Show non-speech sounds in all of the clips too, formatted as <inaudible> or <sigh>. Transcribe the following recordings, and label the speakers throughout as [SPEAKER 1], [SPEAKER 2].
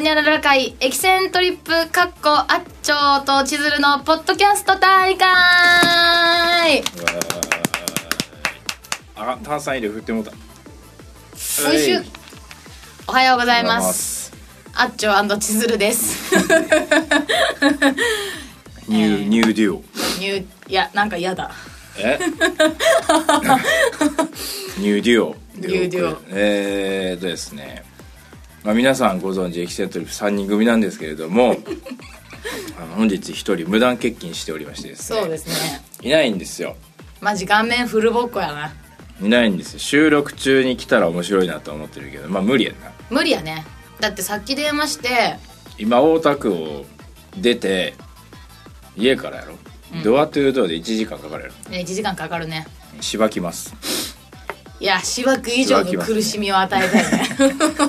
[SPEAKER 1] にゃらら会駅船トリップかっこあっちょーと千鶴のポッドキャスト大会
[SPEAKER 2] あ炭酸入れ振ってもうた
[SPEAKER 1] おいしゅ
[SPEAKER 2] はい
[SPEAKER 1] おはようござい
[SPEAKER 2] おは
[SPEAKER 1] ま
[SPEAKER 2] ようございます
[SPEAKER 1] あっちょー千鶴です
[SPEAKER 2] <laughs> ニュー、ニューデュオ
[SPEAKER 1] ニューいやなんか嫌だ
[SPEAKER 2] え <laughs> ニューデュオ
[SPEAKER 1] ニューデュオ
[SPEAKER 2] えーっとですね、まあ、皆さんご存知エキセントリップ3人組なんですけれど
[SPEAKER 1] <laughs>
[SPEAKER 2] もあの本日一人無断欠勤しておりましてですね
[SPEAKER 1] そうですね
[SPEAKER 2] いないんですよ
[SPEAKER 1] マジ顔面フルボッコやない
[SPEAKER 2] ないんですよ収録中に来たら面白いなと思ってるけどまあ無理やんな
[SPEAKER 1] 無理やねだってさっき電話して
[SPEAKER 2] 今大田区を出て家からやろ、ドアトゥードアで1時間かかるやろ
[SPEAKER 1] 1時間かかるね
[SPEAKER 2] しばきます
[SPEAKER 1] いやしばく以上の苦しみを与えたいね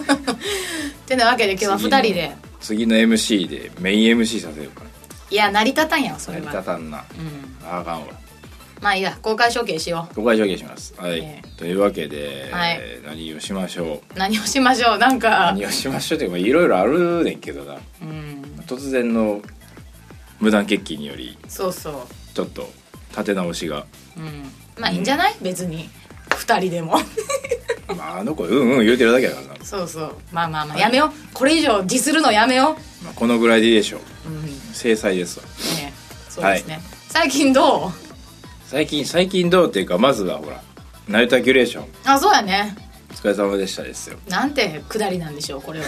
[SPEAKER 2] <laughs>
[SPEAKER 1] ってなわけで今日は2人で
[SPEAKER 2] 次の次の MC でメイン MC させようか
[SPEAKER 1] いや成り立たんやんそ
[SPEAKER 2] な
[SPEAKER 1] れ
[SPEAKER 2] 成り立
[SPEAKER 1] は
[SPEAKER 2] たんな、
[SPEAKER 1] うん
[SPEAKER 2] あかんわ
[SPEAKER 1] まあいいや公開処刑しよ
[SPEAKER 2] ご解消しますはい、
[SPEAKER 1] ええ
[SPEAKER 2] というわけで、
[SPEAKER 1] はい
[SPEAKER 2] 何をしましょう
[SPEAKER 1] う何をしましょうなんか
[SPEAKER 2] 何をしましょうっていうかまあいろいろあるねんけどな
[SPEAKER 1] うん
[SPEAKER 2] 突然の無断欠勤により
[SPEAKER 1] そうそ
[SPEAKER 2] ちょっと立て直しが
[SPEAKER 1] ううんまあいいんじゃない別に2人でも <laughs>
[SPEAKER 2] まあ、あの子うんうん言うてるだけだからな、
[SPEAKER 1] そうそうまあまあまあやめようこれ以上自するのやめよ
[SPEAKER 2] まあ、このぐらいでいいでしょう
[SPEAKER 1] ううん
[SPEAKER 2] 制裁ですわ
[SPEAKER 1] ねそうですね最近どう
[SPEAKER 2] 最近最近どうっていうかまずはほら成田キュレーション
[SPEAKER 1] あそうやね
[SPEAKER 2] お疲れ様でしたですよ
[SPEAKER 1] なんて下りなんでしょうこ
[SPEAKER 2] <laughs>
[SPEAKER 1] れは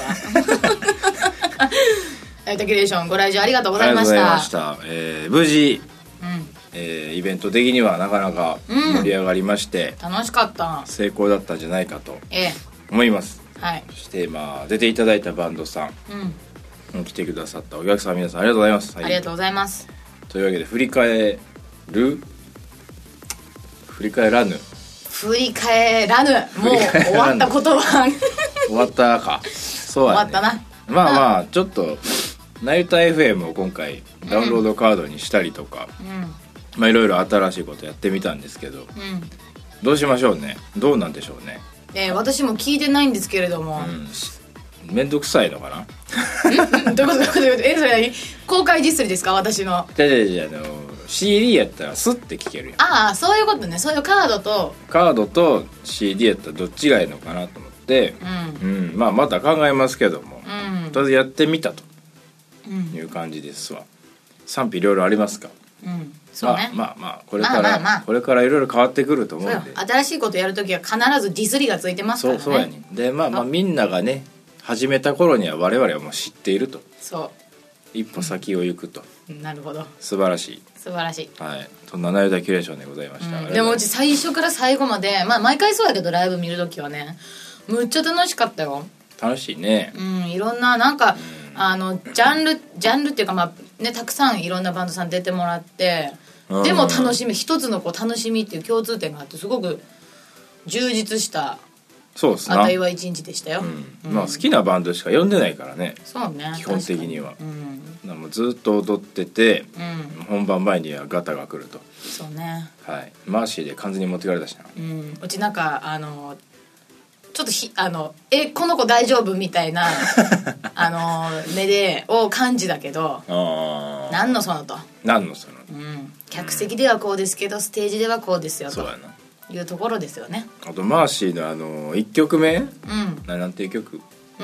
[SPEAKER 1] ライトキュレーションご来場ありがとうございまし
[SPEAKER 2] ありがとうござい
[SPEAKER 1] た
[SPEAKER 2] ました、えー無事、
[SPEAKER 1] う
[SPEAKER 2] えーイベント的にはなかなか
[SPEAKER 1] うん
[SPEAKER 2] 盛り上がりまして、
[SPEAKER 1] ん楽しかった
[SPEAKER 2] 成功だったんじゃないかと
[SPEAKER 1] ええ
[SPEAKER 2] 思います
[SPEAKER 1] はい
[SPEAKER 2] そしてまあ出ていただいたバンドさ
[SPEAKER 1] うん
[SPEAKER 2] ん来てくださったお客さん皆さんありがとうございます、はい
[SPEAKER 1] ありがとうございます
[SPEAKER 2] というわけで振り返る振り返らぬ
[SPEAKER 1] 振り返らぬもう
[SPEAKER 2] 振り返らぬ
[SPEAKER 1] 終わったことは
[SPEAKER 2] 終わったかそうや、
[SPEAKER 1] <laughs>
[SPEAKER 2] ね、
[SPEAKER 1] 終わったな
[SPEAKER 2] まあまあちょっとナイタ FM を今回ダウンロードカードにしたりとか、
[SPEAKER 1] うん
[SPEAKER 2] まあいろいろ新しいことやってみたんですけ
[SPEAKER 1] う
[SPEAKER 2] ど
[SPEAKER 1] ん
[SPEAKER 2] どうしましょうねどうなんでしょうね
[SPEAKER 1] ねえ私も聞いてないんですけれども、
[SPEAKER 2] うんしめんどくさいのかな
[SPEAKER 1] うんどういうことどういうことえそれ何公開実績ですか私のあ
[SPEAKER 2] じゃじゃじゃあの CD やったらスッて聴けるやん
[SPEAKER 1] あそういうことねそういうカードと
[SPEAKER 2] カードと CD やったらどっちがいいのかなと思って、
[SPEAKER 1] うん
[SPEAKER 2] うんまあまた考えますけども、
[SPEAKER 1] うん
[SPEAKER 2] とりあえずやってみたと
[SPEAKER 1] うん
[SPEAKER 2] いう感じですわ賛否いろいろありますか
[SPEAKER 1] うんそうね、
[SPEAKER 2] まあまあまあこれから、
[SPEAKER 1] まあまあまあ
[SPEAKER 2] これからいろいろ変わってくると思
[SPEAKER 1] そううよ
[SPEAKER 2] んで
[SPEAKER 1] 新しいことやるときは必ずディスりがついてます
[SPEAKER 2] そ
[SPEAKER 1] から
[SPEAKER 2] う,、
[SPEAKER 1] ね
[SPEAKER 2] そうやねでまあまあみんながね始めた頃には我々はもう知っていると
[SPEAKER 1] そ
[SPEAKER 2] 一歩先を行くと、
[SPEAKER 1] うなるほど
[SPEAKER 2] 素晴らしい
[SPEAKER 1] 素晴らしい、
[SPEAKER 2] はいそんな「ナイタキュレーション」でございました、
[SPEAKER 1] でもうち最初から最後までまあ毎回そうやけどライブ見るときはねむっちゃ楽しかったよ
[SPEAKER 2] 楽しいね
[SPEAKER 1] うんいろんななんかあのジャンルジャンルっていうかまあねたくさんいろんなバンドさん出てもらって
[SPEAKER 2] うん
[SPEAKER 1] でも楽しみ一つのこう楽しみっていう共通点があってすごく充実した
[SPEAKER 2] そうっす
[SPEAKER 1] あ
[SPEAKER 2] な
[SPEAKER 1] たいは一日でしたよ、
[SPEAKER 2] うんまあ好きなバンドしか呼んでないからね
[SPEAKER 1] そうね
[SPEAKER 2] 基本的には
[SPEAKER 1] 確かにうん
[SPEAKER 2] なもうずっと踊ってて、
[SPEAKER 1] う
[SPEAKER 2] 本番前にはガタが来ると
[SPEAKER 1] そうね
[SPEAKER 2] はいマーシーで完全に持ってかれたしな
[SPEAKER 1] うん、うちなんかあのちょっとひあの「えこの子大丈夫?」みたいな
[SPEAKER 2] <laughs>
[SPEAKER 1] あの目でを感じだけど
[SPEAKER 2] ああ
[SPEAKER 1] 何のそのと、
[SPEAKER 2] 何のその
[SPEAKER 1] うん、客席ではこうですけどステージではこうですよ
[SPEAKER 2] そう
[SPEAKER 1] と
[SPEAKER 2] やな
[SPEAKER 1] いうところですよね
[SPEAKER 2] あとマーシーのあの1曲目
[SPEAKER 1] うん
[SPEAKER 2] ななんていう曲
[SPEAKER 1] うん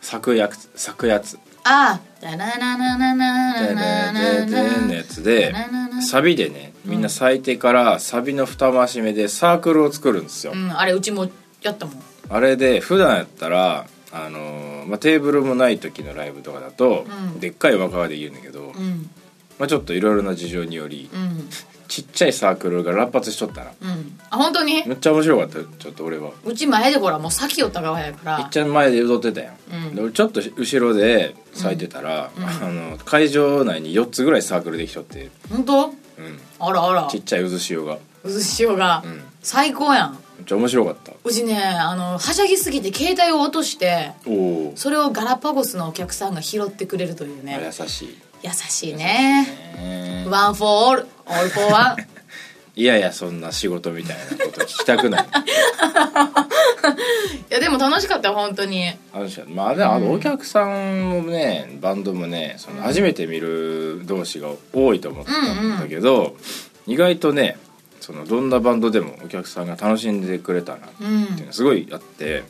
[SPEAKER 2] 咲くやつ咲くやつ
[SPEAKER 1] ああだなななな
[SPEAKER 2] 「で
[SPEAKER 1] なな
[SPEAKER 2] で
[SPEAKER 1] な
[SPEAKER 2] でで
[SPEAKER 1] な
[SPEAKER 2] のやつで
[SPEAKER 1] ななな
[SPEAKER 2] サビでねみんな咲いてからサビの二回し目でサークルを作るんですよ、
[SPEAKER 1] うんあれうちもやったもん
[SPEAKER 2] あれで普段やったらあのーまあ、テーブルもない時のライブとかだと、
[SPEAKER 1] うん
[SPEAKER 2] でっかい輪っかができるんだけど、
[SPEAKER 1] うん
[SPEAKER 2] まあ、ちょっといろいろな事情により、
[SPEAKER 1] うん
[SPEAKER 2] ちっちゃいサークルが乱発しとったな
[SPEAKER 1] うんあ本当に
[SPEAKER 2] めっちゃ面白かったよちょっと俺は
[SPEAKER 1] うち前でほらもう先寄った側やか
[SPEAKER 2] いっ
[SPEAKER 1] ら
[SPEAKER 2] ちゃん前で踊ってたやん、
[SPEAKER 1] うん
[SPEAKER 2] で俺ちょっと後ろで咲いてたら、あの会場内に4つぐらいサークルできとって、
[SPEAKER 1] 本当
[SPEAKER 2] うん、
[SPEAKER 1] あらあら
[SPEAKER 2] ちっちゃい渦潮が
[SPEAKER 1] うずしおが、
[SPEAKER 2] ん
[SPEAKER 1] 最高やん
[SPEAKER 2] めっちゃ面白かった
[SPEAKER 1] うちねあのはしゃぎすぎて携帯を落として
[SPEAKER 2] おお
[SPEAKER 1] それをガラパゴスのお客さんが拾ってくれるというね
[SPEAKER 2] 優しい
[SPEAKER 1] 優しいね
[SPEAKER 2] ね <laughs>
[SPEAKER 1] ワン・フォー・オールオール・フォー・ワン
[SPEAKER 2] いやいやそんな仕事みたいなこと聞きたく <laughs> ない
[SPEAKER 1] いやでも楽しかったよ本当に
[SPEAKER 2] あの人まあでもあのお客さんもねバンドもねその初めて見る同士が多いと思ったんだけど、意外とねそのどんなバンドでもお客さんが楽しんでくれたなって
[SPEAKER 1] う
[SPEAKER 2] っていうんのすごいあって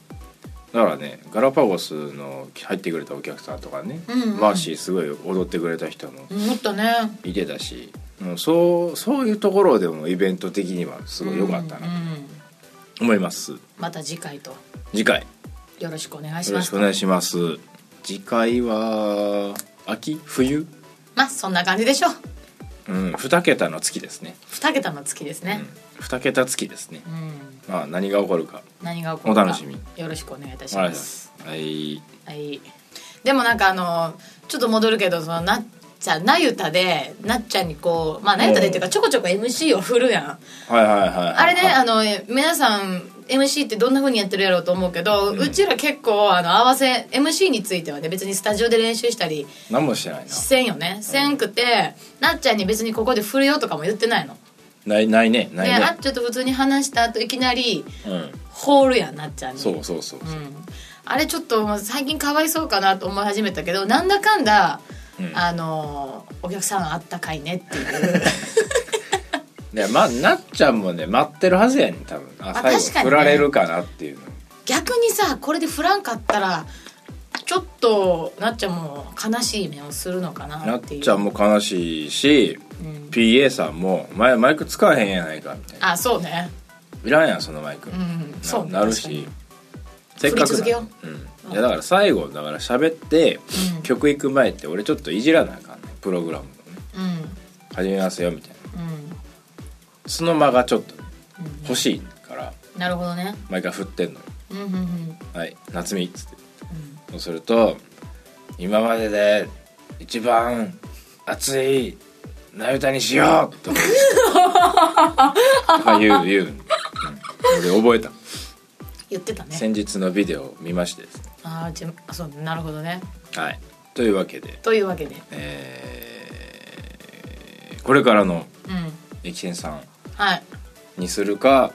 [SPEAKER 2] だからねガラパゴスの入ってくれたお客さんとかね、
[SPEAKER 1] うんうん
[SPEAKER 2] マーシーすごい踊ってくれた人も
[SPEAKER 1] もっとね
[SPEAKER 2] いてたし、もうそうそういうところでもイベント的にはすごい良かった
[SPEAKER 1] う
[SPEAKER 2] なんと
[SPEAKER 1] うん
[SPEAKER 2] 思います、
[SPEAKER 1] また次回と
[SPEAKER 2] 次回
[SPEAKER 1] よろしくお願いし
[SPEAKER 2] よろ
[SPEAKER 1] ま
[SPEAKER 2] し
[SPEAKER 1] す
[SPEAKER 2] くお願いします次回は秋冬
[SPEAKER 1] まあそんな感じでしょう
[SPEAKER 2] うん2桁の月ですね、
[SPEAKER 1] 2桁の月です
[SPEAKER 2] う
[SPEAKER 1] ね、
[SPEAKER 2] 2桁月ですね
[SPEAKER 1] うん
[SPEAKER 2] まあ何が起こるか
[SPEAKER 1] 何が起こるか
[SPEAKER 2] お楽しみ
[SPEAKER 1] よろしくお願いいたし
[SPEAKER 2] お願
[SPEAKER 1] ま
[SPEAKER 2] いしますすはい
[SPEAKER 1] はい、でもなんかあのちょっと戻るけどそのなっちゃんなゆたでなっちゃんにこうまあなゆたでっていうかちょこちょこ MC を振るやん
[SPEAKER 2] はいはいはいはいはい
[SPEAKER 1] あれねあのえ皆さん MC ってどんな風にやってるやろうと思うけど、うちら結構あの合わせ MC についてはね別にスタジオで練習したり
[SPEAKER 2] 何もしてないな
[SPEAKER 1] せんよねせんくて、なっちゃんに別にここで振るよとかも言ってないの、
[SPEAKER 2] ないないねな
[SPEAKER 1] で
[SPEAKER 2] い
[SPEAKER 1] あ
[SPEAKER 2] ね
[SPEAKER 1] っちょっと普通に話した後いきなり
[SPEAKER 2] うん
[SPEAKER 1] ホールやんなっちゃんに
[SPEAKER 2] そうそうそう、
[SPEAKER 1] うんあれちょっともう最近かわいそうかなと思い始めたけどなんだかんだ、
[SPEAKER 2] うん
[SPEAKER 1] あのお客さんあったかいねっていう
[SPEAKER 2] ねまあなっちゃんもね待ってるはずやねん多分あ
[SPEAKER 1] あ
[SPEAKER 2] 最後
[SPEAKER 1] 確かにね
[SPEAKER 2] 振られるかなっていうの
[SPEAKER 1] 逆にさこれで振らんかったらちょっとなっちゃんも悲しい目をするのかな
[SPEAKER 2] なっ
[SPEAKER 1] っていう
[SPEAKER 2] ちゃんも悲しいし、PA さんも「前マイク使わへんやないか」みたいな
[SPEAKER 1] あそうね
[SPEAKER 2] 「いらんやんそのマイク」
[SPEAKER 1] うん
[SPEAKER 2] な
[SPEAKER 1] そうね
[SPEAKER 2] なる
[SPEAKER 1] 確かに
[SPEAKER 2] しせっか
[SPEAKER 1] 振り続
[SPEAKER 2] く
[SPEAKER 1] け
[SPEAKER 2] な
[SPEAKER 1] よ
[SPEAKER 2] のうん、いやだから最後だから喋って、
[SPEAKER 1] うん
[SPEAKER 2] 曲行く前って俺ちょっといじらなあかんねプログラムのね
[SPEAKER 1] うん
[SPEAKER 2] 始めますよみたいな
[SPEAKER 1] う
[SPEAKER 2] その間がちょっとね、欲しいから
[SPEAKER 1] んなるほどね
[SPEAKER 2] 毎回振ってんのよ
[SPEAKER 1] うんうんうん
[SPEAKER 2] はい夏美っつって、そうすると今までで一番熱いなゆたにしようとか言う
[SPEAKER 1] <laughs>
[SPEAKER 2] とか言う言う、うん俺覚え
[SPEAKER 1] 言ってた
[SPEAKER 2] た
[SPEAKER 1] ね
[SPEAKER 2] 先日のビデオを見ましてですね
[SPEAKER 1] あーちあそうなるほどね
[SPEAKER 2] はいというわけで、
[SPEAKER 1] というわけで
[SPEAKER 2] えーこれからの
[SPEAKER 1] うん
[SPEAKER 2] 駅伝さん <laughs>
[SPEAKER 1] はい
[SPEAKER 2] にするか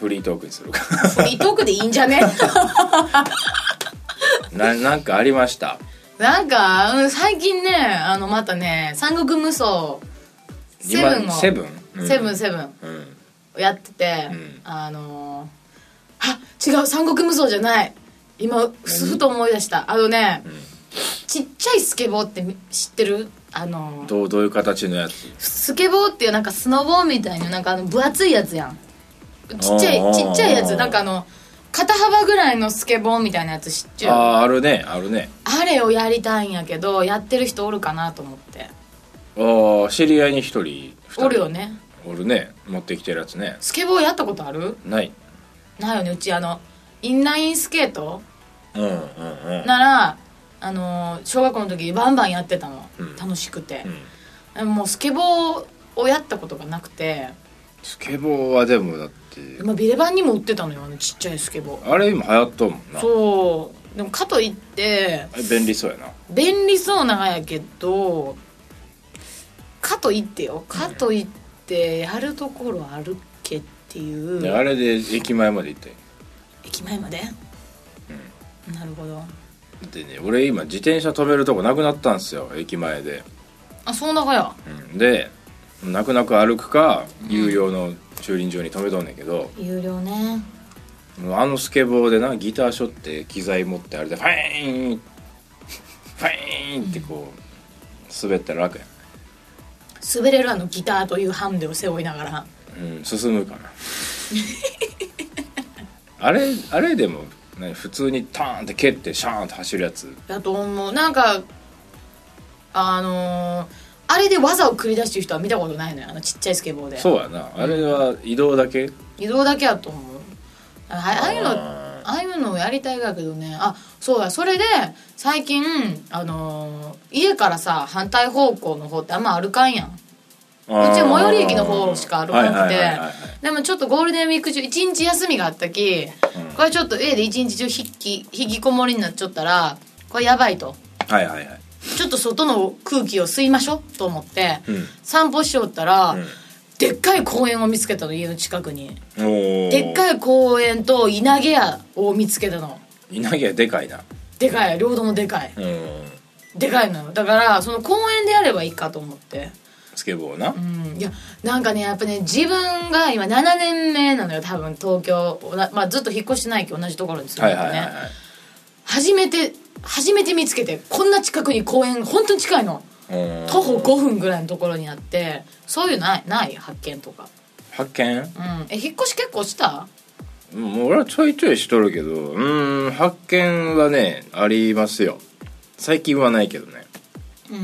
[SPEAKER 2] フリートークにする
[SPEAKER 1] <laughs>
[SPEAKER 2] か
[SPEAKER 1] フリートークでいいんじゃね
[SPEAKER 2] ななんかありました
[SPEAKER 1] なんか、うん、最近ねあのまたね「三国無双セブンを
[SPEAKER 2] 今セブン、うん
[SPEAKER 1] セブンセブン
[SPEAKER 2] うん
[SPEAKER 1] やってて、
[SPEAKER 2] うん
[SPEAKER 1] あのーあ違う三国無双じゃない今ふすふと思い出したあのね、
[SPEAKER 2] ん
[SPEAKER 1] ちっちゃいスケボーってみ知ってるあのー
[SPEAKER 2] どうどういう形のやつ
[SPEAKER 1] スケボーっていうなんかスノボーみたいななんかあの分厚いやつやんちっちゃ
[SPEAKER 2] あー
[SPEAKER 1] いちっちゃいやつなんかあの肩幅ぐらいのスケボーみたいなやつ知っちゃう
[SPEAKER 2] あああるねあるね
[SPEAKER 1] あれをやりたいんやけどやってる人おるかなと思って
[SPEAKER 2] ああ知り合いに一人二人
[SPEAKER 1] おるよね
[SPEAKER 2] おるね持ってきてるやつね
[SPEAKER 1] スケボーやったことある
[SPEAKER 2] ない
[SPEAKER 1] ないよねうちあのインラインスケート
[SPEAKER 2] うんうんうん
[SPEAKER 1] ならあのー小学校の時バンバンやってたの、
[SPEAKER 2] うん
[SPEAKER 1] 楽しくて
[SPEAKER 2] う、ん
[SPEAKER 1] でももうスケボーをやったことがなくて
[SPEAKER 2] スケボーはでもだって
[SPEAKER 1] 今ビレバンにも売ってたのよあのちっちゃいスケボー
[SPEAKER 2] あれ今流行っとんもんな
[SPEAKER 1] そうでもかといって
[SPEAKER 2] あれ便利そうやな
[SPEAKER 1] 便利そうなんやけどかといってよかといってやるところあるっけっていう、
[SPEAKER 2] であれで駅前まで行って
[SPEAKER 1] 駅前まで、なるほど
[SPEAKER 2] でね俺今自転車止めるとこなくなったんすよ駅前で、
[SPEAKER 1] あそうながや
[SPEAKER 2] うん、で泣く泣く歩くか有料の駐輪場に止めとんねんけど、
[SPEAKER 1] 有料ね
[SPEAKER 2] もうあのスケボーでなギターしょって機材持ってあれでファイーンファイーンってこう滑ったら楽やん
[SPEAKER 1] 滑れるあのギターというハンデを背負いながら
[SPEAKER 2] うん進むか
[SPEAKER 1] <laughs>
[SPEAKER 2] なあれあれでも何普通にターンって蹴ってシャーンって走るやつ
[SPEAKER 1] だと思うなんかあのーあれで技を繰り出してる人は見たことないのよあのちっちゃいスケボーで
[SPEAKER 2] そうやなあれは移動だけ
[SPEAKER 1] 移動だけやと思うあああいうの
[SPEAKER 2] あ
[SPEAKER 1] ああいうのをやりたいがやけどねあそうやそれで最近あのー家からさ反対方向の方ってあんま歩かんやん
[SPEAKER 2] う
[SPEAKER 1] うちは最寄り駅の方しか歩かなくて
[SPEAKER 2] はいはいはいはい
[SPEAKER 1] でもちょっとゴールデンウィーク中一日休みがあったき、これちょっと家で一日中引き引きこもりになっちゃったらこれやばいと
[SPEAKER 2] はいはいはい
[SPEAKER 1] ちょっと外の空気を吸いましょうと思って、
[SPEAKER 2] うん
[SPEAKER 1] 散歩しよったら、でっかい公園を見つけたの家の近くに
[SPEAKER 2] おー
[SPEAKER 1] でっかい公園と稲毛屋を見つけたの
[SPEAKER 2] 稲毛はでかいな
[SPEAKER 1] でかい両方ともでかい
[SPEAKER 2] うん
[SPEAKER 1] でかいのよだからその公園でやればいいかと思って
[SPEAKER 2] スケボーな
[SPEAKER 1] うんいやなんかねやっぱね自分が今7年目なのよ多分東京、おなまあ、ずっと引っ越してないけど同じところに住ん
[SPEAKER 2] は
[SPEAKER 1] で
[SPEAKER 2] い
[SPEAKER 1] て
[SPEAKER 2] はい
[SPEAKER 1] ね、
[SPEAKER 2] はいはい
[SPEAKER 1] 初めて初めて見つけてこんな近くに公園本当に近いの
[SPEAKER 2] うん
[SPEAKER 1] 徒歩5分ぐらいのところにあってそういうのないない発見とか
[SPEAKER 2] 発見
[SPEAKER 1] うんえ引っ越し結構した
[SPEAKER 2] もう俺はちょいちょいしとるけどうーん発見はねありますよ最近はないけどね
[SPEAKER 1] うん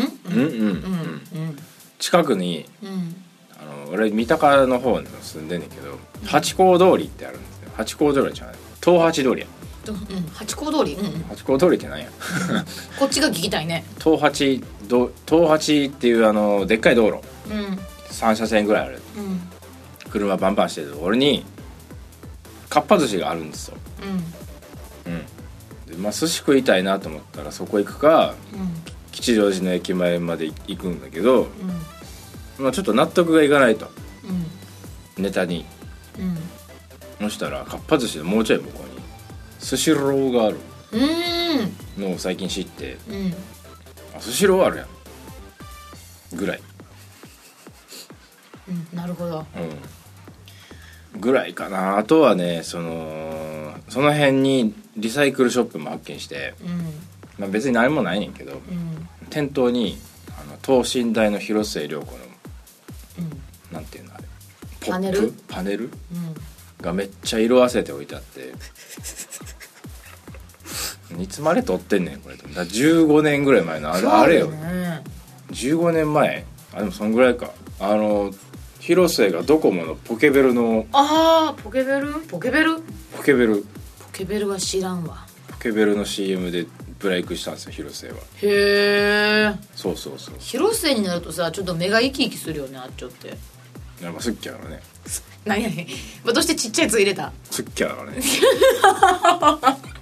[SPEAKER 1] うん
[SPEAKER 2] うんうん、うん、
[SPEAKER 1] うん
[SPEAKER 2] 近くに
[SPEAKER 1] うん
[SPEAKER 2] あの俺三鷹の方に住んでんねんけど八甲通りってあるんですよ八甲通りじゃない東八通りや
[SPEAKER 1] とうん八甲通り、うんうん、
[SPEAKER 2] 八甲通りってなんや
[SPEAKER 1] こっちが聞きたいね
[SPEAKER 2] 東八ど東八っていうあのでっかい道路
[SPEAKER 1] うん
[SPEAKER 2] 3車線ぐらいある
[SPEAKER 1] うん
[SPEAKER 2] 車バンバンしてるところにかっぱ寿司があるんですよ、
[SPEAKER 1] うん
[SPEAKER 2] うんでまあ、寿司食いたいなと思ったらそこ行くか
[SPEAKER 1] うん
[SPEAKER 2] 吉祥寺の駅前まで行くんだけど、
[SPEAKER 1] うん
[SPEAKER 2] まあ、ちょっと納得がいかないと
[SPEAKER 1] うん
[SPEAKER 2] ネタに
[SPEAKER 1] うん
[SPEAKER 2] そしたらかっぱ寿司のもうちょい向こうにスシローがある
[SPEAKER 1] うーん
[SPEAKER 2] のを最近知って
[SPEAKER 1] うん
[SPEAKER 2] あスシローあるやんぐらい、
[SPEAKER 1] うんなるほど
[SPEAKER 2] うん、ぐらいかなあとはねそのその辺にリサイクルショップも発見して、
[SPEAKER 1] うん
[SPEAKER 2] まあ、別に何もないねんけど
[SPEAKER 1] うん
[SPEAKER 2] 店頭にあの等身大の広末涼子の
[SPEAKER 1] うん
[SPEAKER 2] なんていうのあれ
[SPEAKER 1] パネル
[SPEAKER 2] パネル
[SPEAKER 1] うん
[SPEAKER 2] がめっちゃ色あせて置いてあっていつまで撮ってんねんこれとだから15年ぐらい前のあれ,、あれよ
[SPEAKER 1] そうね
[SPEAKER 2] 15年前あでもそんぐらいかあの広末がドコモのポケベルの
[SPEAKER 1] ああポケベルポケベルポ
[SPEAKER 2] ポケベル
[SPEAKER 1] ケベルは知らんわ
[SPEAKER 2] ポケベルの CM でブレイクしたんですよ広末は
[SPEAKER 1] へえ
[SPEAKER 2] そうそうそう
[SPEAKER 1] 広末になるとさちょっと目が生き生きするよねあっちょって
[SPEAKER 2] やっぱすっきゃだからね
[SPEAKER 1] 何やねんまあどうしてちっちゃいやつ入れた
[SPEAKER 2] すっきゃだ
[SPEAKER 1] <laughs>
[SPEAKER 2] からね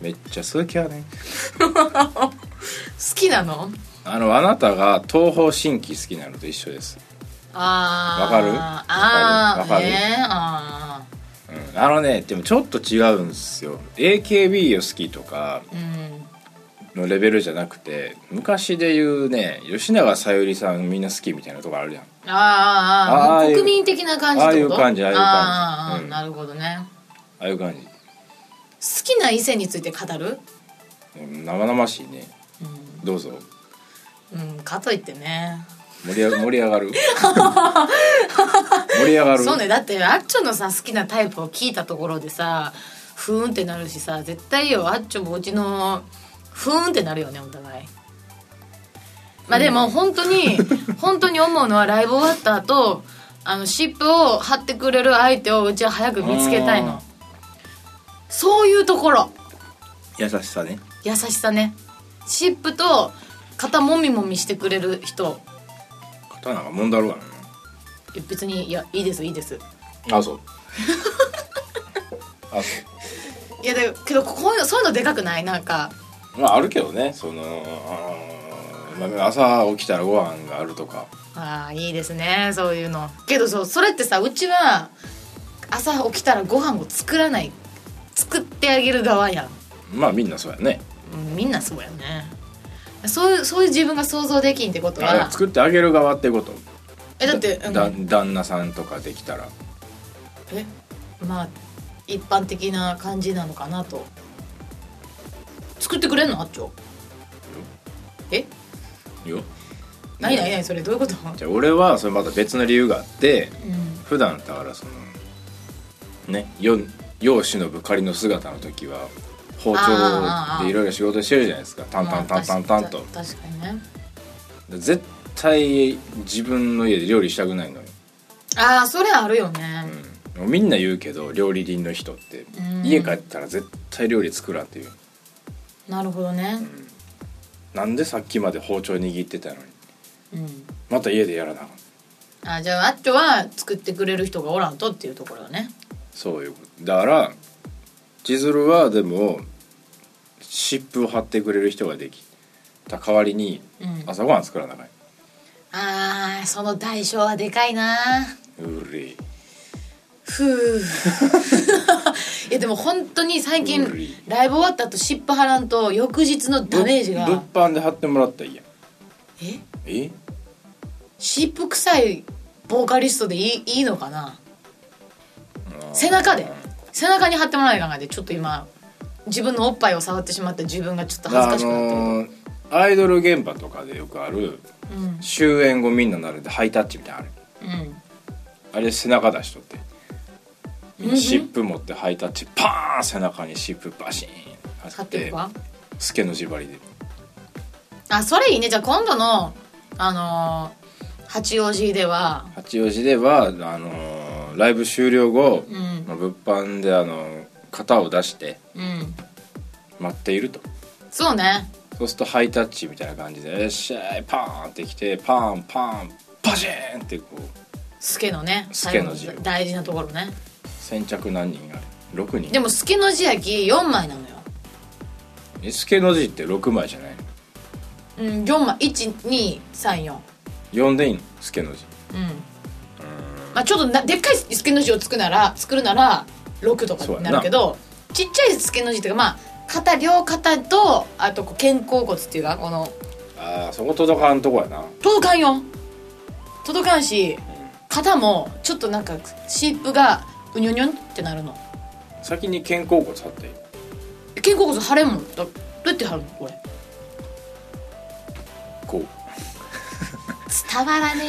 [SPEAKER 2] めっちゃすっきゃね
[SPEAKER 1] 好きなの
[SPEAKER 2] あのあなたが東方神起好きなのと一緒です、
[SPEAKER 1] あー
[SPEAKER 2] わかる
[SPEAKER 1] あ
[SPEAKER 2] わ
[SPEAKER 1] ー
[SPEAKER 2] かる
[SPEAKER 1] ねあ
[SPEAKER 2] うん、あのねでもちょっと違うんですよ AKB を好きとか
[SPEAKER 1] ーうん
[SPEAKER 2] のレベルじゃなくて昔で言うね吉永小百合さんみんな好きみたいなとこあるじゃん
[SPEAKER 1] あーあーあ
[SPEAKER 2] あー
[SPEAKER 1] ー
[SPEAKER 2] いう
[SPEAKER 1] 国民的な感じってこと
[SPEAKER 2] ああいう感じああい
[SPEAKER 1] あー
[SPEAKER 2] う感じ
[SPEAKER 1] あー
[SPEAKER 2] うん
[SPEAKER 1] なるほどね
[SPEAKER 2] ああいう感じ
[SPEAKER 1] 好きな異性について語る
[SPEAKER 2] うん生々しいねどうぞ
[SPEAKER 1] うん、うん、かといってね
[SPEAKER 2] 盛り上が盛り上
[SPEAKER 1] <laughs>
[SPEAKER 2] がる盛り上がる
[SPEAKER 1] そうねだってあっちょのさ好きなタイプを聞いたところでさふーんってなるしさ絶対よあっちょもうちのふーんってなるよねお互いまあでも本当に本当に思うのはライブ終わった後あのシップを貼ってくれる相手をうちは早く見つけたい
[SPEAKER 2] うん
[SPEAKER 1] のそういうところ
[SPEAKER 2] 優しさね
[SPEAKER 1] 優しさねシップと肩もみもみしてくれる人
[SPEAKER 2] 刀がもんだろうが
[SPEAKER 1] いや別にいやいいですいいです
[SPEAKER 2] な
[SPEAKER 1] <laughs>
[SPEAKER 2] あそうあそ
[SPEAKER 1] いやだけどこういうそういうのでかくないなんか
[SPEAKER 2] うまああるけどねそのあのまあ朝起きたらご飯があるとか
[SPEAKER 1] ああいいですねそういうのけどそうそれってさうちは朝起きたらご飯を作らない作ってあげる側やん、
[SPEAKER 2] まあみんなそうやね
[SPEAKER 1] うん、みんなそうやねそういうそういう自分が想像できんってこと
[SPEAKER 2] あれ
[SPEAKER 1] は
[SPEAKER 2] 作ってあげる側ってこと
[SPEAKER 1] えだって、うん
[SPEAKER 2] だ旦那さんとかできたら
[SPEAKER 1] えまあ一般的な感じなのかなと作ってくれんのあっちょえ
[SPEAKER 2] よ
[SPEAKER 1] ないないないそれどういうこと、う
[SPEAKER 2] じゃあ俺はそれまた別の理由があって
[SPEAKER 1] ん、
[SPEAKER 2] 普段だからそのねよ世を忍ぶ仮の姿の時は包
[SPEAKER 1] あーあーあ
[SPEAKER 2] 丁
[SPEAKER 1] ー
[SPEAKER 2] でいろいろ仕事してるじゃないですかタンタンタンタンタンと
[SPEAKER 1] まあ確か確かにね
[SPEAKER 2] 絶対自分の家で料理したくないのよ、
[SPEAKER 1] ああそれあるよね、
[SPEAKER 2] うん、もうみんな言うけど料理人の人って
[SPEAKER 1] うん
[SPEAKER 2] 家帰ったら絶対料理作らんっていう
[SPEAKER 1] なるほどね、
[SPEAKER 2] なんでさっきまで包丁握ってたのに
[SPEAKER 1] うん、
[SPEAKER 2] また家でやらなあかん
[SPEAKER 1] あじゃああっちょは作ってくれる人がおらんとっていうところはね
[SPEAKER 2] そういうことだから千鶴はでも湿布を貼ってくれる人ができた代わりに
[SPEAKER 1] うん
[SPEAKER 2] 朝ごはん作らなあかん
[SPEAKER 1] あーその代償はでかいな
[SPEAKER 2] うり
[SPEAKER 1] ふう <laughs> いやでも本当に最近
[SPEAKER 2] うり
[SPEAKER 1] ライブ終わった後湿布貼らんと翌日のダメージ
[SPEAKER 2] 物
[SPEAKER 1] が
[SPEAKER 2] 販で貼ってもらったらいいやん
[SPEAKER 1] え
[SPEAKER 2] え
[SPEAKER 1] 湿布臭いボーカリストでいいいいのかな背中で背中に貼ってもらわないかなでちょっと今自分のおっぱいを触ってしまった自分がちょっと恥ずかしくなってる、
[SPEAKER 2] あのーアイドル現場とかでよくある
[SPEAKER 1] うん
[SPEAKER 2] 終演後みんな並んでハイタッチみたいなのある
[SPEAKER 1] うん
[SPEAKER 2] あれ背中出しとってみんな湿布持ってハイタッチパーン背中に湿布バシーン貼
[SPEAKER 1] 貼
[SPEAKER 2] っ
[SPEAKER 1] ってる
[SPEAKER 2] て
[SPEAKER 1] か
[SPEAKER 2] スケの縛りで
[SPEAKER 1] あそれいいねじゃあ今度のあのー八王子では
[SPEAKER 2] 八王子ではあのーライブ終了後、
[SPEAKER 1] うん
[SPEAKER 2] まあ、物販であのー型を出して
[SPEAKER 1] うん
[SPEAKER 2] 待っていると
[SPEAKER 1] そうね
[SPEAKER 2] そうするとハイタッチみたいな感じで「よっしゃいパーン!」ってきてパーンパーンパシーンってこう
[SPEAKER 1] スケのね
[SPEAKER 2] スケの字
[SPEAKER 1] 最後大事なところね
[SPEAKER 2] 先着何人あれ6人
[SPEAKER 1] でもスケの字焼き4枚なのよ
[SPEAKER 2] えスケの字って6枚じゃないの
[SPEAKER 1] うん4枚1234
[SPEAKER 2] 4でいいのスケの字
[SPEAKER 1] うんまあちょっとなでっかいスケの字を作るなら作るなら6とかになるけどちっちゃいスケの字っていうかまあ肩両肩とあとこう肩甲骨っていうかこの
[SPEAKER 2] ああそこ届かんとこやな
[SPEAKER 1] 届かんよ届かんし肩もちょっとなんかシープがうにょにょんってなるの
[SPEAKER 2] 先に肩甲骨貼っていい
[SPEAKER 1] 肩甲骨腫れんもんだどうやって腫るのこれ
[SPEAKER 2] こう
[SPEAKER 1] 伝わらね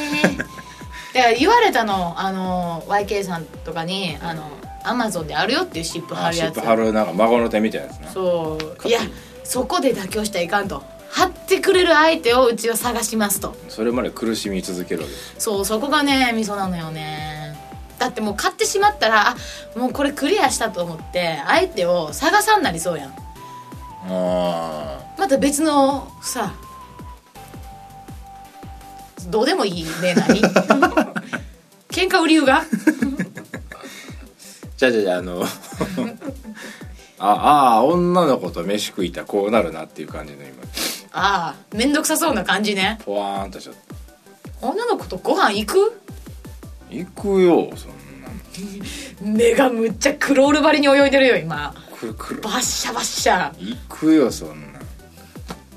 [SPEAKER 1] えだから言われたのあの YK さんとかにあのアマゾンであるよっていうシップ貼
[SPEAKER 2] あ
[SPEAKER 1] る
[SPEAKER 2] シ
[SPEAKER 1] や
[SPEAKER 2] ッ
[SPEAKER 1] つ
[SPEAKER 2] プ貼るなんか孫の手みたいなやつな
[SPEAKER 1] そう
[SPEAKER 2] 買
[SPEAKER 1] い
[SPEAKER 2] っ
[SPEAKER 1] や
[SPEAKER 2] ていい
[SPEAKER 1] そこで妥協したらいかんと貼ってくれる相手をうちは探しますと
[SPEAKER 2] それまで苦しみ続けるわけです
[SPEAKER 1] そうそこがねミソなのよねだってもう買ってしまったらあもうこれクリアしたと思って相手を探さんなりそうやん
[SPEAKER 2] あ
[SPEAKER 1] また別のさどうでもいいね
[SPEAKER 2] <laughs>
[SPEAKER 1] 何喧嘩売り理由が
[SPEAKER 2] あじゃあじゃあじゃあ
[SPEAKER 1] <laughs>
[SPEAKER 2] あのああー女の子と飯食いたらこうなるなっていう感じの今
[SPEAKER 1] ああ面倒くさそうな感じね
[SPEAKER 2] ポワーンとしちゃった
[SPEAKER 1] 女の子とご飯行く
[SPEAKER 2] 行くよそんなの
[SPEAKER 1] 目がむっちゃクロール張りに泳いでるよ今
[SPEAKER 2] くるくる
[SPEAKER 1] バッシャバッシャ
[SPEAKER 2] 行くよそんなの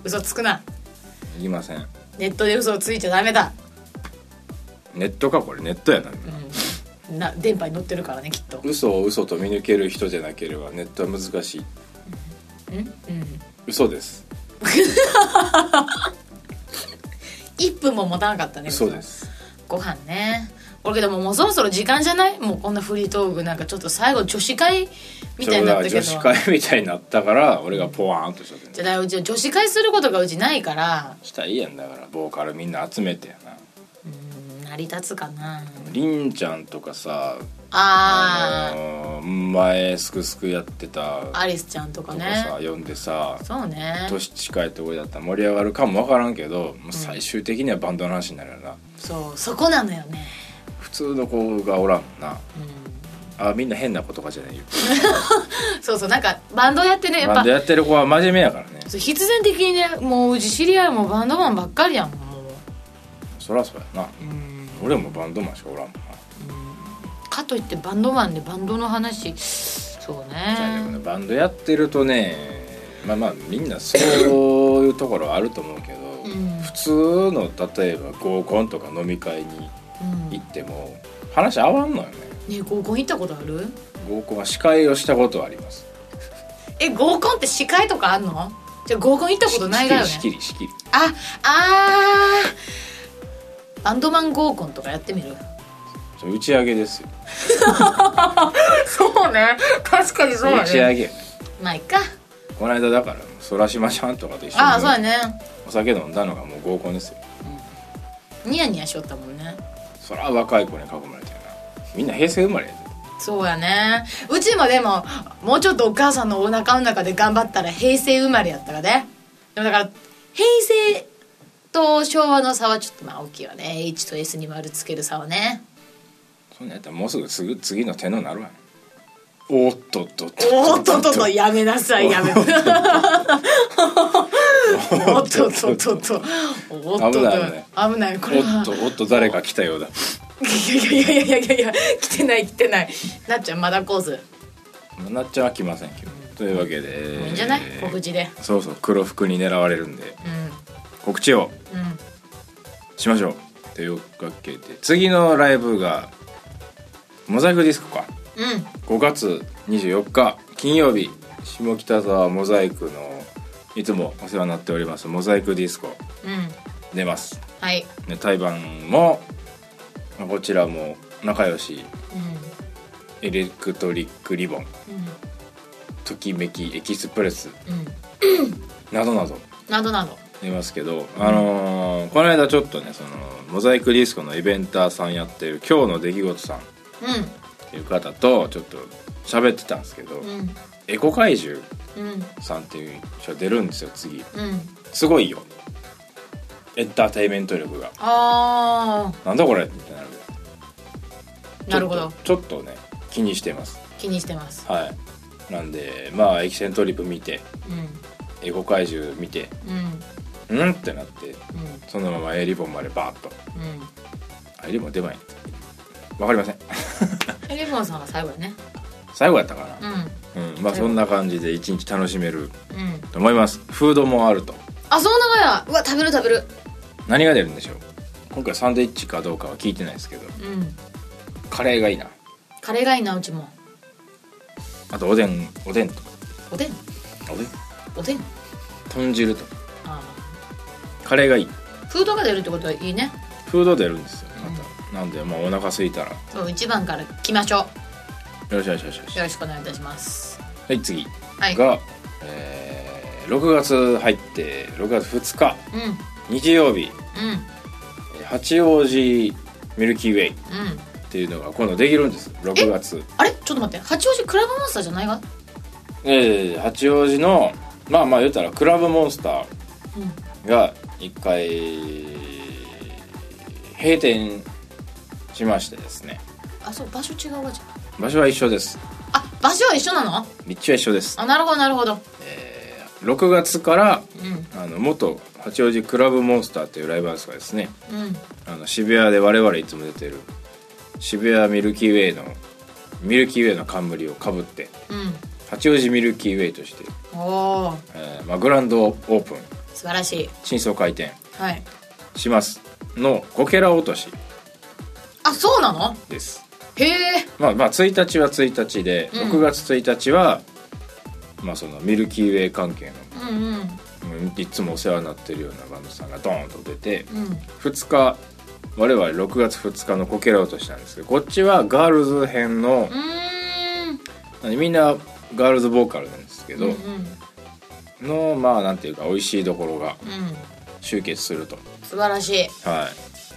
[SPEAKER 1] 嘘つくな
[SPEAKER 2] 行きません
[SPEAKER 1] ネットで嘘をついちゃダメだ、
[SPEAKER 2] ネットかこれネットやな
[SPEAKER 1] うん、な電波に乗ってるからねきっと
[SPEAKER 2] 嘘を嘘と見抜ける人じゃなければネットは難しい
[SPEAKER 1] うんうん
[SPEAKER 2] 嘘です
[SPEAKER 1] 1分も持たなかったね
[SPEAKER 2] 嘘です
[SPEAKER 1] ご飯ね俺けどもうもうそろそろ時間じゃないもうこんなフリートークなんかちょっと最後女子会み
[SPEAKER 2] そ
[SPEAKER 1] たい
[SPEAKER 2] れ
[SPEAKER 1] になっ
[SPEAKER 2] が
[SPEAKER 1] たけど
[SPEAKER 2] 女子会みたいになったから俺がポワーンとしちゃって
[SPEAKER 1] じゃあだからうちは女子会することがうちないから
[SPEAKER 2] したらいいやんだからボーカルみんな集めてやな
[SPEAKER 1] うん成り立つかな
[SPEAKER 2] りんちゃんとかさ
[SPEAKER 1] あー
[SPEAKER 2] のー前すくすくやってたとか
[SPEAKER 1] アリスちゃんとかね
[SPEAKER 2] さ呼んでさ
[SPEAKER 1] そうね
[SPEAKER 2] 年近いとこだったら盛り上がるかもわからんけどもう最終的にはバンドの話になるよな
[SPEAKER 1] そうそこなのよね
[SPEAKER 2] 普通の子がおらんもんなあみんな変な子とかじゃないよ
[SPEAKER 1] そうそうなんかバンドやってねやっ
[SPEAKER 2] バン
[SPEAKER 1] ぱ
[SPEAKER 2] ドやってる子は真面目やからね
[SPEAKER 1] そう必然的にねもううち知り合いもバンドマンばっかりやんもう
[SPEAKER 2] そらそうやな
[SPEAKER 1] うん
[SPEAKER 2] 俺もバンドマンしかおらんもんな
[SPEAKER 1] かといってバンドマンでバンドの話そう
[SPEAKER 2] じゃあでもね
[SPEAKER 1] ね
[SPEAKER 2] バンドやってるとねまあまあみんなそういうところあると思うけど、
[SPEAKER 1] うん
[SPEAKER 2] 普通の例えば合コンとか飲み会に
[SPEAKER 1] うん
[SPEAKER 2] 行っても話合わんのよね
[SPEAKER 1] ねえ合コン行ったことある
[SPEAKER 2] 合コンは司会をしたことはあります
[SPEAKER 1] え合コンって司会とかあんのじゃあ合コン行ったことないがよね
[SPEAKER 2] しきりしきりしきり
[SPEAKER 1] ああーバンドマン合コンとかやってみる
[SPEAKER 2] そう打ち上げですよ、
[SPEAKER 1] <laughs> そうね確かにそ
[SPEAKER 2] 打ち上げ
[SPEAKER 1] まあいっか
[SPEAKER 2] この間だから空島ちゃんとかと一緒
[SPEAKER 1] ああそうや
[SPEAKER 2] に
[SPEAKER 1] ね
[SPEAKER 2] お酒飲んだのがもう合コンですよ
[SPEAKER 1] ニヤニヤしよったもんね
[SPEAKER 2] そら若い子に囲まれてるなみんな平成生まれやで
[SPEAKER 1] そうやねうちもでももうちょっとお母さんのお腹の中で頑張ったら平成生まれやったからねでもだから平成と昭和の差はちょっとまあ大きいよね H と S に丸つける差はね
[SPEAKER 2] そんなんやったらもうすぐすぐ次の手のなるわおっとっとっと
[SPEAKER 1] おっとっとっとやめなさいやめなさいおっとっとっとっとおっとっと
[SPEAKER 2] 危ない危ない
[SPEAKER 1] 危ないこれ
[SPEAKER 2] お
[SPEAKER 1] は
[SPEAKER 2] っとおっと誰か来たようだ
[SPEAKER 1] いやいやいやいやいや来てない来てないなっちゃんまだコース
[SPEAKER 2] なっちゃんは来ませんけどというわけで
[SPEAKER 1] いいんじゃない告知で
[SPEAKER 2] そうそう黒服に狙われるんで
[SPEAKER 1] う
[SPEAKER 2] 告知
[SPEAKER 1] ん
[SPEAKER 2] を
[SPEAKER 1] うん
[SPEAKER 2] しましょうというわけで次のライブがモザイクディスコか
[SPEAKER 1] うん
[SPEAKER 2] 5月24日金曜日下北沢モザイクのいつもお世話になっておりますモザイクディスコ
[SPEAKER 1] うん
[SPEAKER 2] 出ます
[SPEAKER 1] はい
[SPEAKER 2] ね対バンもまあこちらも仲良し
[SPEAKER 1] う
[SPEAKER 2] エレクトリックリボン
[SPEAKER 1] んうん
[SPEAKER 2] ときめきエキスプレス
[SPEAKER 1] うん
[SPEAKER 2] などなど
[SPEAKER 1] などなど
[SPEAKER 2] いますけど、あのーこの間ちょっとねそのモザイクディスコのイベンターさんやってる今日の出来事さんっ
[SPEAKER 1] う
[SPEAKER 2] ていう方とちょっと喋ってたんですけど、
[SPEAKER 1] んうん
[SPEAKER 2] エコ怪獣
[SPEAKER 1] うん
[SPEAKER 2] さんっていう人出るんですよ次
[SPEAKER 1] うん
[SPEAKER 2] すごいよエンターテインメント力が
[SPEAKER 1] あ
[SPEAKER 2] なんだこれってなる
[SPEAKER 1] ーなるほど
[SPEAKER 2] ちょっとちょっとね気にしてます
[SPEAKER 1] 気にしてます
[SPEAKER 2] はいなんでまあエキセントリップ見て
[SPEAKER 1] うん
[SPEAKER 2] エコ怪獣見て
[SPEAKER 1] うん
[SPEAKER 2] うんってなって
[SPEAKER 1] うん
[SPEAKER 2] そのままエリボンまでバーッと
[SPEAKER 1] うん
[SPEAKER 2] あエリボン出ないわかりません
[SPEAKER 1] エレフォンさんが最後やね
[SPEAKER 2] 最後やったか
[SPEAKER 1] う
[SPEAKER 2] な、
[SPEAKER 1] ん
[SPEAKER 2] うんまあそんな感じで一日楽しめる
[SPEAKER 1] うん
[SPEAKER 2] と思いますフードもあると
[SPEAKER 1] あそうながやうわ食べる食べる
[SPEAKER 2] 何が出るんでしょう今回サンドイッチかどうかは聞いてないですけど
[SPEAKER 1] うん
[SPEAKER 2] カレーがいいな
[SPEAKER 1] カレーがいいなうちも
[SPEAKER 2] あとおでんおでんとか
[SPEAKER 1] おでん
[SPEAKER 2] おでん
[SPEAKER 1] おでん
[SPEAKER 2] 豚汁とか
[SPEAKER 1] あ
[SPEAKER 2] カレーがいい
[SPEAKER 1] ーフードが出るってことはいいね
[SPEAKER 2] フード出るんですよまた、なんでまあお腹空いたらよ
[SPEAKER 1] そう一番から来ましょ
[SPEAKER 2] ろしよしよしよし
[SPEAKER 1] うよろしくお願いいたします
[SPEAKER 2] はい次
[SPEAKER 1] はい
[SPEAKER 2] が、えー6月入って6月2日
[SPEAKER 1] うんうん
[SPEAKER 2] 日曜日えー八王子ミルキーウェイっ
[SPEAKER 1] うん
[SPEAKER 2] ていうのが今度できるんです6月
[SPEAKER 1] あれちょっと待って八王子クラブモンスターじゃないが
[SPEAKER 2] えー八王子のまあまあ言ったらクラブモンスタ
[SPEAKER 1] うん
[SPEAKER 2] ーが1回閉店しましてですね
[SPEAKER 1] あそう場所違うわじゃん
[SPEAKER 2] 場所は一緒です
[SPEAKER 1] あ場所は一緒なの
[SPEAKER 2] 立地は一緒です
[SPEAKER 1] あなるほどなるほど
[SPEAKER 2] 6月から
[SPEAKER 1] うん
[SPEAKER 2] あの元八王子クラブモンスターというライブハウスがですね
[SPEAKER 1] うん
[SPEAKER 2] あの渋谷で我々いつも出てる渋谷ミルキーウェイのミルキーウェイの冠をかぶって
[SPEAKER 1] う
[SPEAKER 2] 八王子ミルキーウェイとして、
[SPEAKER 1] んおお
[SPEAKER 2] えーまあ、グランドオープン
[SPEAKER 1] 素晴らしい
[SPEAKER 2] 新装開店
[SPEAKER 1] はい
[SPEAKER 2] しますのこけら落とし
[SPEAKER 1] あそうなの
[SPEAKER 2] です
[SPEAKER 1] へえ
[SPEAKER 2] まあまあ1日は1日で、
[SPEAKER 1] うん
[SPEAKER 2] 6月1日はまあそのミルキーウェイ関係
[SPEAKER 1] うんうん
[SPEAKER 2] のうんいつもお世話になってるようなバンドさんがドーンと出て
[SPEAKER 1] うん
[SPEAKER 2] 2日我々6月2日のこけら落としなんですけどこっちはガールズ編の
[SPEAKER 1] うーん
[SPEAKER 2] みんなガールズボーカルなんですけ
[SPEAKER 1] う
[SPEAKER 2] ど、
[SPEAKER 1] んうん
[SPEAKER 2] のまあなんていうか美味しいところが
[SPEAKER 1] うん
[SPEAKER 2] 集結すると
[SPEAKER 1] 素晴らしい
[SPEAKER 2] は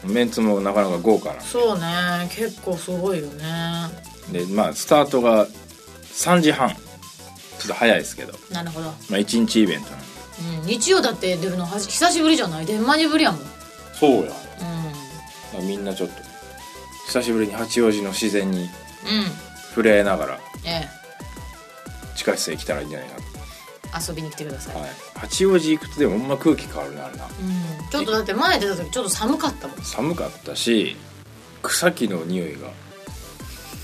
[SPEAKER 2] いメンツもなかなか豪華な
[SPEAKER 1] そうね結構すごいよね
[SPEAKER 2] でまあスタートが3時半ちょっと早いですけど、
[SPEAKER 1] なるほど、
[SPEAKER 2] まあ、1日イベントなんで
[SPEAKER 1] うん、日曜だって出るのはじ久しぶりじゃない出んまじぶりやもんうん
[SPEAKER 2] そうや、まあ、みんなちょっと久しぶりに八王子の自然に
[SPEAKER 1] う
[SPEAKER 2] 触れながら
[SPEAKER 1] んええ
[SPEAKER 2] 地下室へ来たらいいんじゃないか
[SPEAKER 1] 遊びに来てください、
[SPEAKER 2] な、はい、八王子行くとでもほんま空気変わるなあれな
[SPEAKER 1] うん、ちょっとだって前出た時ちょっと寒かったもん
[SPEAKER 2] 寒かったし草木の匂いが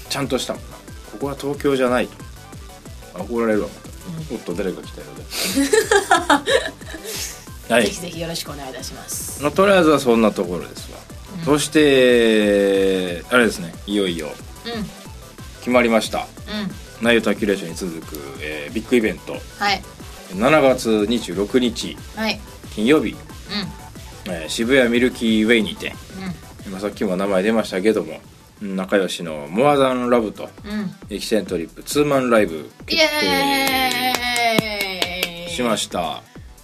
[SPEAKER 2] ちゃんとしたもんなここは東京じゃないと怒られるわ、おっと誰か来たようでは
[SPEAKER 1] ぜ
[SPEAKER 2] い
[SPEAKER 1] ひぜひよろしくお願いいたします
[SPEAKER 2] まあ、とりあえずはそんなところですわ、そしてあれですねいよいよ
[SPEAKER 1] うんうん
[SPEAKER 2] 決まりました内容とアキュレーションに続く、えービッグイベント
[SPEAKER 1] はい
[SPEAKER 2] 7月26日
[SPEAKER 1] はい
[SPEAKER 2] 金曜日、えー渋谷ミルキーウェイにて今さっきも名前出ましたけども仲良しのモアザンラブと
[SPEAKER 1] うんうんうん
[SPEAKER 2] エキセントリップツーマンライブ
[SPEAKER 1] イ
[SPEAKER 2] 決定
[SPEAKER 1] エーイ
[SPEAKER 2] しました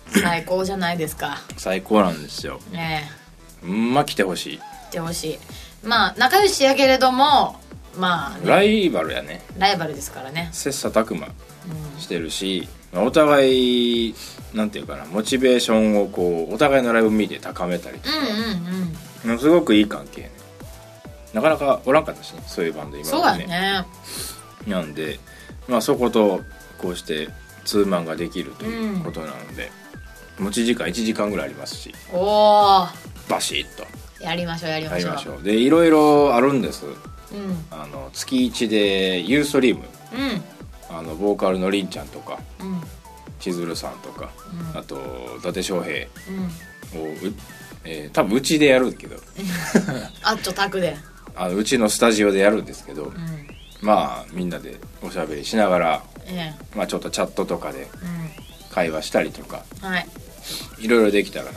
[SPEAKER 1] 最高じゃないですか
[SPEAKER 2] 最高なんですよ
[SPEAKER 1] ね
[SPEAKER 2] うんまあ来てほし
[SPEAKER 1] え
[SPEAKER 2] い
[SPEAKER 1] 来てほしいまあ仲良しやけれどもまあね、
[SPEAKER 2] ライバルやね
[SPEAKER 1] ライバルですからね
[SPEAKER 2] 切磋琢磨してるし、まあお互いなんていうかなモチベーションをこうお互いのライブ見て高めたりと
[SPEAKER 1] うんうんうん
[SPEAKER 2] かすごくいい関係ねなかなかおらんかったしねそういうバンド今
[SPEAKER 1] そうや
[SPEAKER 2] ま
[SPEAKER 1] ね
[SPEAKER 2] でねなんで、まあ、そことこうしてツーマンができるということなので、持ち時間1時間ぐらいありますし
[SPEAKER 1] おお
[SPEAKER 2] バシッと
[SPEAKER 1] やりましょうやり
[SPEAKER 2] や
[SPEAKER 1] ま
[SPEAKER 2] り
[SPEAKER 1] しょう
[SPEAKER 2] ましょうでいろいろあるんです
[SPEAKER 1] うん
[SPEAKER 2] あの月1でユーストリーム
[SPEAKER 1] うん
[SPEAKER 2] あのボーカルのりんちゃんとか
[SPEAKER 1] うん
[SPEAKER 2] 千鶴さんとか、
[SPEAKER 1] うん
[SPEAKER 2] あと伊達翔平
[SPEAKER 1] うん
[SPEAKER 2] をう、えー多分うちでやるんだけど
[SPEAKER 1] あっちょたくで
[SPEAKER 2] あのうちのスタジオでやるんですけど、
[SPEAKER 1] うん
[SPEAKER 2] まあみんなでおしゃべりしながら、
[SPEAKER 1] ええ
[SPEAKER 2] まあ、ちょっとチャットとかで
[SPEAKER 1] う
[SPEAKER 2] 会話したりとか
[SPEAKER 1] んはい
[SPEAKER 2] いろいろできたらな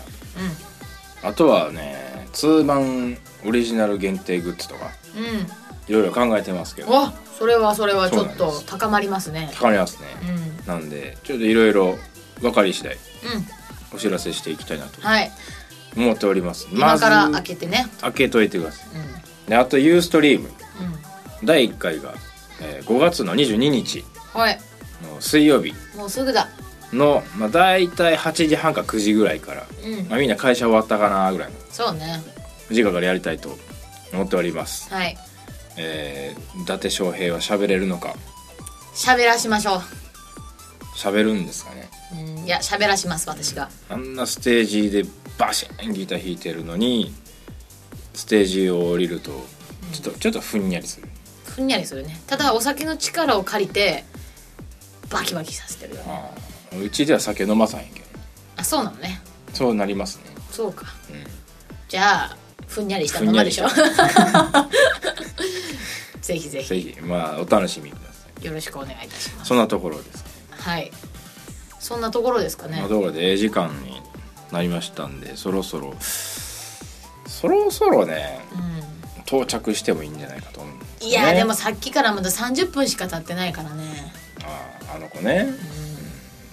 [SPEAKER 2] あとはねツーマンオリジナル限定グッズとか
[SPEAKER 1] うんうん
[SPEAKER 2] いろいろ考えてますけど
[SPEAKER 1] わそれはそれはちょっ
[SPEAKER 2] そう
[SPEAKER 1] と
[SPEAKER 2] なんです
[SPEAKER 1] 高まりますね
[SPEAKER 2] 高めますね、
[SPEAKER 1] うんうん
[SPEAKER 2] なんでちょっといろいろ分かり次第お知らせしていきたいなと
[SPEAKER 1] はい
[SPEAKER 2] 思っております
[SPEAKER 1] 今から
[SPEAKER 2] ま
[SPEAKER 1] 開
[SPEAKER 2] ず
[SPEAKER 1] けてね
[SPEAKER 2] 開けといてくださ
[SPEAKER 1] うん
[SPEAKER 2] いであとユーストリーム
[SPEAKER 1] うん
[SPEAKER 2] 第1回が、えー5月の22日
[SPEAKER 1] はい
[SPEAKER 2] の水曜日
[SPEAKER 1] もうすぐだ
[SPEAKER 2] の、まあ、大体8時半か9時ぐらいから、
[SPEAKER 1] うん
[SPEAKER 2] まあ、みんな会社終わったかなぐらいの
[SPEAKER 1] そうね
[SPEAKER 2] 時間からやりたいと思っております、
[SPEAKER 1] はい
[SPEAKER 2] えー、伊達翔平は喋れるのか
[SPEAKER 1] 喋らしましょう
[SPEAKER 2] 喋るんですかね
[SPEAKER 1] うんいや喋らします私が
[SPEAKER 2] あんなステージでバシーンギター弾いてるのにステージを降りるとちょっとちょっとふんやりする
[SPEAKER 1] ふんやりするねただお酒の力を借りてバキバキさせてるよね
[SPEAKER 2] ああうちでは酒飲まさんやけど
[SPEAKER 1] あそうなのね
[SPEAKER 2] そうなりますね
[SPEAKER 1] そうか
[SPEAKER 2] うん
[SPEAKER 1] じゃあふんやりしたままでしょ <laughs> ぜひぜひ
[SPEAKER 2] ぜひまあお楽しみくださ
[SPEAKER 1] よろしくお願いいたしま
[SPEAKER 2] い
[SPEAKER 1] す
[SPEAKER 2] そんなところです、
[SPEAKER 1] はいそんなところですか
[SPEAKER 2] そん
[SPEAKER 1] ね
[SPEAKER 2] なところでええ時間になりましたんでそろそろそろそろね
[SPEAKER 1] う
[SPEAKER 2] 到着してもいいんじゃないかと思うん
[SPEAKER 1] ん
[SPEAKER 2] すね
[SPEAKER 1] いや、でもさっきからまだ30分しか経ってないからね
[SPEAKER 2] あああの子ね、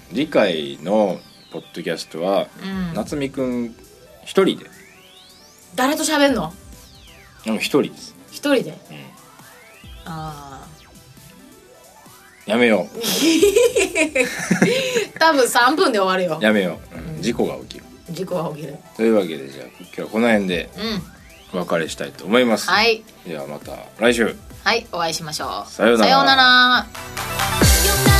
[SPEAKER 2] 次回のポッドキャストは、
[SPEAKER 1] うん
[SPEAKER 2] 夏美くん一人で
[SPEAKER 1] 誰と喋んの
[SPEAKER 2] うん一人です、
[SPEAKER 1] 一人で
[SPEAKER 2] うん
[SPEAKER 1] ああ
[SPEAKER 2] やめよ
[SPEAKER 1] 多分3分で終わるよ
[SPEAKER 2] うやめよう、うん事故が起きる
[SPEAKER 1] 事故は起きる
[SPEAKER 2] というわけでじゃあ今日はこの辺で
[SPEAKER 1] うん
[SPEAKER 2] お別れしたいと思います、
[SPEAKER 1] はい
[SPEAKER 2] ではまた来週
[SPEAKER 1] はいお会いしましょう
[SPEAKER 2] さようなら
[SPEAKER 1] さようなら
[SPEAKER 3] 「夜な